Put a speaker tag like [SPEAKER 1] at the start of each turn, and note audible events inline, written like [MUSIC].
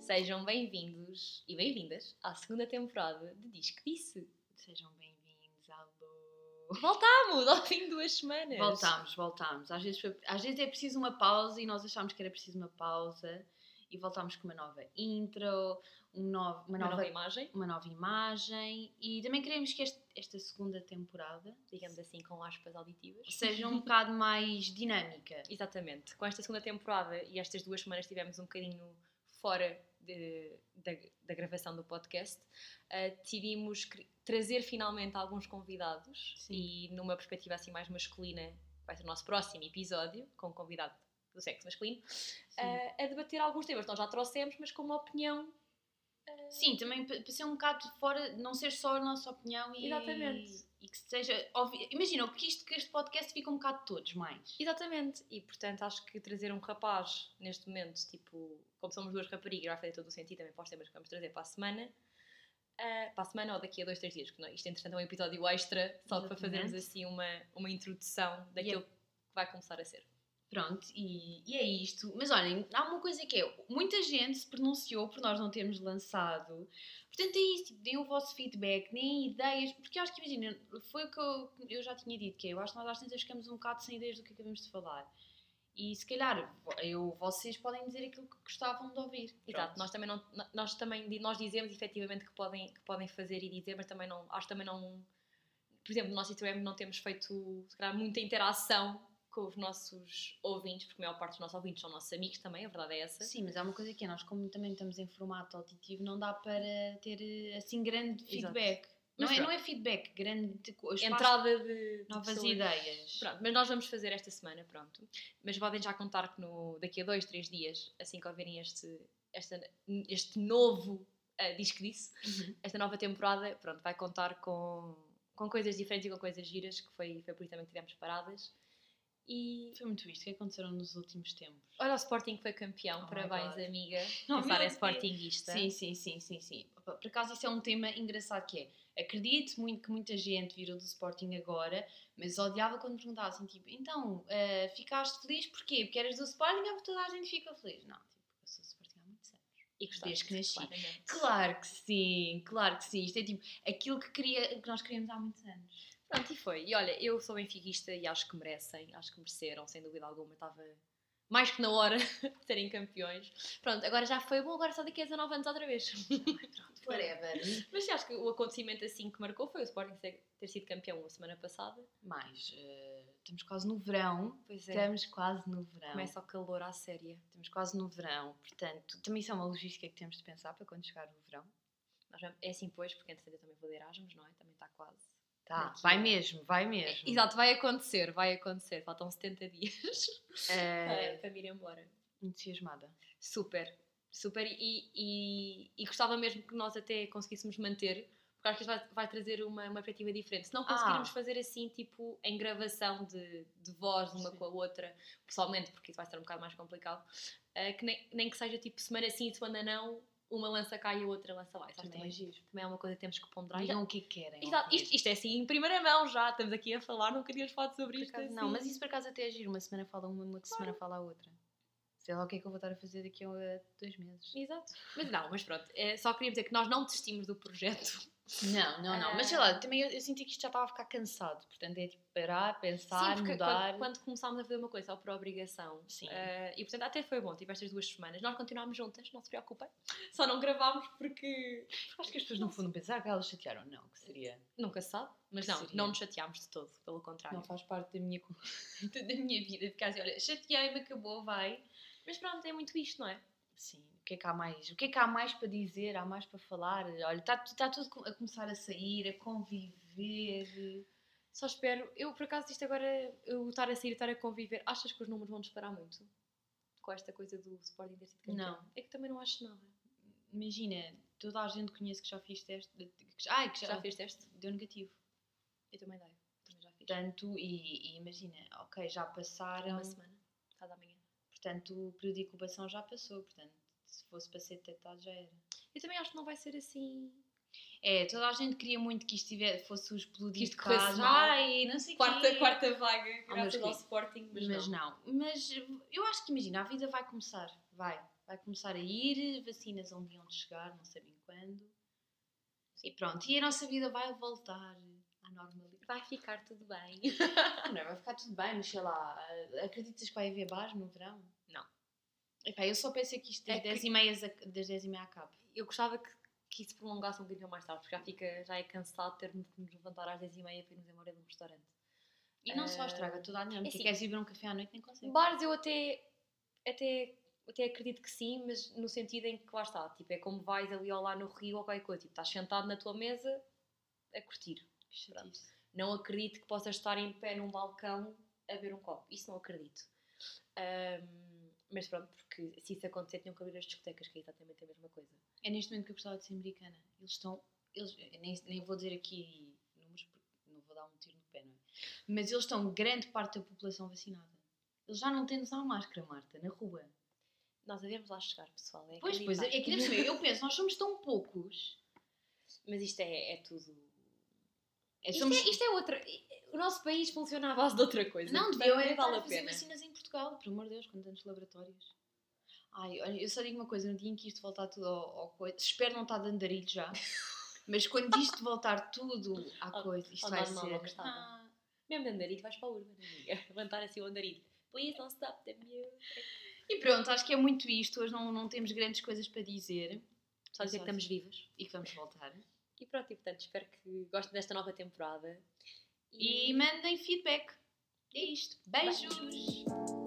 [SPEAKER 1] Sejam bem-vindos e bem-vindas à segunda temporada de Diz que Disse.
[SPEAKER 2] Sejam bem-vindos, alô.
[SPEAKER 1] Voltámos ao fim de duas semanas.
[SPEAKER 2] Voltámos, voltámos. Às vezes, foi- às vezes é preciso uma pausa e nós achámos que era preciso uma pausa e voltámos com uma nova intro, um novo- uma,
[SPEAKER 1] Uma
[SPEAKER 2] nova,
[SPEAKER 1] nova, imagem,
[SPEAKER 2] uma nova imagem e também queremos que este- esta segunda temporada
[SPEAKER 1] digamos assim, com aspas auditivas.
[SPEAKER 2] seja um bocado mais dinâmica.
[SPEAKER 1] [LAUGHS] Exatamente. Com esta segunda temporada e estas duas semanas estivemos um bocadinho fora de- da, da gravação do podcast, ah, decidimos cri- trazer finalmente alguns convidados
[SPEAKER 2] Sim.
[SPEAKER 1] e numa perspectiva assim mais masculina, vai ser o nosso próximo episódio com um convidado do sexo masculino, ah, a debater alguns temas. Nós já trouxemos, mas com uma opinião.
[SPEAKER 2] Sim, também pa- para ser um bocado de fora, não ser só a nossa opinião e,
[SPEAKER 1] Exatamente.
[SPEAKER 2] e que seja. óbvio- Imagina, porque isto, que este podcast fica um bocado de todos mais.
[SPEAKER 1] Exatamente. E portanto acho que trazer um rapaz neste momento, tipo, como somos duas raparigas, vai fazer todo o sentido também para os temas que vamos trazer para a semana. ah, para a semana ou daqui a dois, três dias, porque não- isto entretanto é um episódio extra, só para
[SPEAKER 2] Exatamente.
[SPEAKER 1] fazermos assim uma, uma introdução daquilo que vai começar a ser.
[SPEAKER 2] Pronto, e, e é isto. Mas olhem, há uma coisa que é: muita gente se pronunciou por nós não termos lançado. Portanto, é isso, tipo, deem o vosso feedback, deem ideias, porque eu acho que imagina, foi o que eu, eu já tinha dito, que é, eu acho que nós às vezes ficamos um bocado sem ideias do que acabamos de falar. E se calhar eu, vocês podem dizer aquilo que gostavam de ouvir.
[SPEAKER 1] Exato,
[SPEAKER 2] Pronto.
[SPEAKER 1] nós também, não, nós também di- nós dizemos efetivamente que podem, que podem fazer e dizer, mas também não, acho que também não, por exemplo, no nosso Instagram não temos feito se calhar, muita interação com os nossos ouvintes, porque a maior parte dos nossos ouvintes são nossos amigos também, a verdade é essa.
[SPEAKER 2] Sim, mas há uma coisa que é, nós como também estamos em formato auditivo, não dá para ter eh, assim grande
[SPEAKER 1] Exato.
[SPEAKER 2] feedback. Não
[SPEAKER 1] Mas
[SPEAKER 2] é, não
[SPEAKER 1] pronto.
[SPEAKER 2] é feedback, grande co- espaço
[SPEAKER 1] Entrada de de
[SPEAKER 2] para novas
[SPEAKER 1] pessoas.
[SPEAKER 2] ideias.
[SPEAKER 1] Pronto, mas nós vamos fazer esta semana, pronto. Mas podem já contar que no, daqui a dois, três dias, assim que ouvirem este, esta, este novo ah, Diz que Disse,
[SPEAKER 2] Uhum.
[SPEAKER 1] esta nova temporada, pronto, vai contar com, com coisas diferentes e com coisas giras, que foi, foi por isso também que tivemos paradas. E
[SPEAKER 2] Foi muito isto que aconteceram nos últimos tempos.
[SPEAKER 1] olha o Sporting que foi campeão,
[SPEAKER 2] Oh my
[SPEAKER 1] parabéns
[SPEAKER 2] God. [LAUGHS]
[SPEAKER 1] amiga,
[SPEAKER 2] Oh
[SPEAKER 1] Sara
[SPEAKER 2] meu
[SPEAKER 1] é
[SPEAKER 2] Deus.
[SPEAKER 1] sportinguista.
[SPEAKER 2] Sim, sim, sim, sim, sim. Por por acaso isso é um tema engraçado que é. Acredito muito que muita gente virou do Sporting agora, mas odiava quando perguntavam assim, tipo, então, ah, ficaste feliz porquê? Porque eras do Sporting ou porque toda a gente fica feliz? Não, tipo, eu sou do Sporting há muitos anos.
[SPEAKER 1] e gostaste,
[SPEAKER 2] desde que nasci.
[SPEAKER 1] claramente.
[SPEAKER 2] Claro que sim, claro que sim. Isto é tipo aquilo que, queria, que nós queríamos há muitos anos.
[SPEAKER 1] Pronto, e foi. E olha, eu sou benfiquista e acho que merecem, acho que mereceram, sem dúvida alguma. Estava mais que na hora [LAUGHS] de serem campeões. Pronto, agora já foi bom, agora só daqui a 19 anos outra vez.
[SPEAKER 2] [LAUGHS] Forever.
[SPEAKER 1] Mas acho que o acontecimento assim que marcou foi o Sporting ser- ter sido campeão a semana passada.
[SPEAKER 2] Mais, ah, estamos quase no verão.
[SPEAKER 1] Pois
[SPEAKER 2] Estamos quase no verão.
[SPEAKER 1] Começa o calor à séria.
[SPEAKER 2] Estamos quase no verão, portanto, também isso é uma logística que temos de pensar para quando chegar o verão.
[SPEAKER 1] Nós vamos- É assim, pois, porque entretanto eu também vou de Erasmus, não é? Também está quase.
[SPEAKER 2] Tá,
[SPEAKER 1] Daqui
[SPEAKER 2] vai
[SPEAKER 1] a- É,
[SPEAKER 2] mesmo, vai mesmo.
[SPEAKER 1] Exato, vai acontecer, vai acontecer. Faltam 70 dias [LAUGHS] para,
[SPEAKER 2] É,
[SPEAKER 1] para me ir embora.
[SPEAKER 2] entusiasmada.
[SPEAKER 1] Super, super. E, e, e gostava mesmo que nós até conseguíssemos manter, porque acho que isto vai, vai trazer uma, uma perspectiva diferente. Se não conseguirmos
[SPEAKER 2] Ah.
[SPEAKER 1] fazer assim, tipo, em gravação de, de voz uma
[SPEAKER 2] Sim.
[SPEAKER 1] com a outra, pessoalmente, porque isso vai ser um bocado mais complicado, eh, que nem, nem que seja tipo semana sim, semana não, uma lança cá e a outra lança lá. Isso acho que também,
[SPEAKER 2] giro.
[SPEAKER 1] também é uma coisa que temos que ponderar.
[SPEAKER 2] Digam o que querem.
[SPEAKER 1] Exato,
[SPEAKER 2] ouvir.
[SPEAKER 1] Isto, isto é assim em primeira mão já, estamos aqui a falar, não queríamos falar sobre
[SPEAKER 2] Por
[SPEAKER 1] isto.
[SPEAKER 2] acaso,
[SPEAKER 1] assim.
[SPEAKER 2] não, mas isso por acaso até é giro. Uma semana fala uma, outra semana fala a outra. Sei lá o que é que eu vou estar a fazer daqui a eh, dois meses.
[SPEAKER 1] Exato. Mas não, mas pronto, eh, só queríamos dizer que nós não desistimos do projeto. [LAUGHS]
[SPEAKER 2] Não, não, não. Mas sei
[SPEAKER 1] Ah.
[SPEAKER 2] lá, também eu, eu senti que isto já estava a ficar cansado. Portanto, é tipo parar, pensar,
[SPEAKER 1] Sim, porque
[SPEAKER 2] mudar.
[SPEAKER 1] Quando, quando começámos a fazer uma coisa só por obrigação.
[SPEAKER 2] Sim.
[SPEAKER 1] eh, e portanto até foi bom, tipo estas duas semanas. Nós continuámos juntas, não se preocupem. [LAUGHS] Só não gravámos porque.
[SPEAKER 2] Acho que as pessoas no fundo pensaram que elas chatearam. Não, que seria.
[SPEAKER 1] Nunca se sabe. Mas não,
[SPEAKER 2] Seria.
[SPEAKER 1] não nos chateámos de todo, pelo contrário.
[SPEAKER 2] Não faz parte da minha, [LAUGHS] da minha vida. Ficar assim, olha, chateei-me, acabou, vai.
[SPEAKER 1] Mas pronto, é muito isto, não é?
[SPEAKER 2] Sim, o que é que há mais? O que é que há mais para dizer? Há mais para falar? Olha, está tá tudo co- a começar a sair, a conviver.
[SPEAKER 1] Só espero. Eu por acaso isto agora, eu estar a sair, estar a conviver, achas que os números vão disparar muito? Com esta coisa do Sporting ter sido campeão?
[SPEAKER 2] Não.
[SPEAKER 1] É que também não acho nada.
[SPEAKER 2] Imagina, toda a gente que conheço que já fiz teste. de- de- Que, já- ai, que já,
[SPEAKER 1] Já, fez teste?
[SPEAKER 2] Deu negativo.
[SPEAKER 1] Eu também dei. Também já fiz.
[SPEAKER 2] Portanto, e, e imagina, ok, já passaram.
[SPEAKER 1] Uma semana. Está da manhã.
[SPEAKER 2] Portanto, o período de incubação já passou. Portanto, se fosse para ser detectado, já era.
[SPEAKER 1] Eu também acho que não vai ser assim.
[SPEAKER 2] É, toda a gente queria muito que isto tivesse, fosse o explodir
[SPEAKER 1] Que isto
[SPEAKER 2] de
[SPEAKER 1] corresse
[SPEAKER 2] casa.
[SPEAKER 1] mal.
[SPEAKER 2] Ai, não sei o
[SPEAKER 1] Quarta,
[SPEAKER 2] quê.
[SPEAKER 1] quarta vaga,
[SPEAKER 2] Oh,
[SPEAKER 1] graças
[SPEAKER 2] mas
[SPEAKER 1] ao
[SPEAKER 2] que-
[SPEAKER 1] Sporting, mas,
[SPEAKER 2] Mas
[SPEAKER 1] não.
[SPEAKER 2] não. Mas eu acho que imagina, a vida vai começar. Vai. vai começar a ir, vacinas onde iam chegar, não sabem quando. E pronto, e a nossa vida vai voltar à normalidade.
[SPEAKER 1] Vai ficar tudo bem.
[SPEAKER 2] Ah, não, vai ficar tudo bem, mas sei lá, ah, acreditas que vai haver bar no verão?
[SPEAKER 1] Não.
[SPEAKER 2] Epá, eu só penso que isto das
[SPEAKER 1] É que-
[SPEAKER 2] 10 e meia das 10 e meia acaba.
[SPEAKER 1] Eu gostava que, que isso prolongasse um bocadinho mais tarde, porque já, fica, já é cansado termos que nos levantar às 10h30 para irmos embora de um restaurante.
[SPEAKER 2] E não só
[SPEAKER 1] Ah,
[SPEAKER 2] estraga toda a
[SPEAKER 1] é
[SPEAKER 2] dinâmica.
[SPEAKER 1] assim.
[SPEAKER 2] Queres ir beber um café à noite? Nem consegues.
[SPEAKER 1] Bares eu até, até, até acredito que sim, mas no sentido em que lá está, tipo, é como vais ali ou lá no Rio ou qualquer coisa, tipo, estás sentado na tua mesa a curtir.
[SPEAKER 2] Que
[SPEAKER 1] Pronto.
[SPEAKER 2] chatice.
[SPEAKER 1] Não acredito que possas estar em pé num balcão a ver um copo, isso não acredito. Ahm, mas pronto, porque se isso acontecer tinham que abrir as discotecas, que é exatamente a mesma coisa.
[SPEAKER 2] É neste momento que eu gostava de ser americana. Eles estão. Eles, eu nem, nem vou dizer aqui números porque não vou dar um tiro no pé, não é? Mas eles estão grande parte da população vacinada. Eles já não têm de usar máscara, Marta, na rua.
[SPEAKER 1] É Nós devemos lá chegar, pessoal. É
[SPEAKER 2] Pois, pois, é
[SPEAKER 1] acreditar.
[SPEAKER 2] que deve ser. Eu penso, nós somos tão poucos.
[SPEAKER 1] Mas isto é, é tudo.
[SPEAKER 2] É,
[SPEAKER 1] Isto,
[SPEAKER 2] somos,
[SPEAKER 1] é, isto é outra. O nosso país funciona à base de outra coisa.
[SPEAKER 2] não,
[SPEAKER 1] portanto,
[SPEAKER 2] devia era
[SPEAKER 1] nem
[SPEAKER 2] estar
[SPEAKER 1] vale
[SPEAKER 2] a
[SPEAKER 1] a
[SPEAKER 2] fazer
[SPEAKER 1] pena.
[SPEAKER 2] vacinas em Portugal, por amor de Deus, quando temos laboratórios. Ai, olha, eu só digo uma coisa, no dia em que isto voltar tudo ao, ao coisa, espero não estar de andarilho
[SPEAKER 1] [LAUGHS]
[SPEAKER 2] já, mas quando isto voltar tudo à
[SPEAKER 1] Ao-
[SPEAKER 2] coisa, isto
[SPEAKER 1] ao
[SPEAKER 2] vai
[SPEAKER 1] normal, ao que
[SPEAKER 2] ser...
[SPEAKER 1] estava.
[SPEAKER 2] Ah,
[SPEAKER 1] Mesmo de andarito, vais para a urba, amiga. [LAUGHS] Levantar assim o andarito. Please don't stop the music.
[SPEAKER 2] E pronto, acho que é muito isto. Hoje não, não temos grandes coisas para dizer
[SPEAKER 1] Só dizer que
[SPEAKER 2] Exato.
[SPEAKER 1] estamos vivas.
[SPEAKER 2] e que vamos voltar.
[SPEAKER 1] E pronto, e portanto, espero que gostem desta nova temporada.
[SPEAKER 2] E mandem feedback. É isto. Beijos.
[SPEAKER 1] Beijos.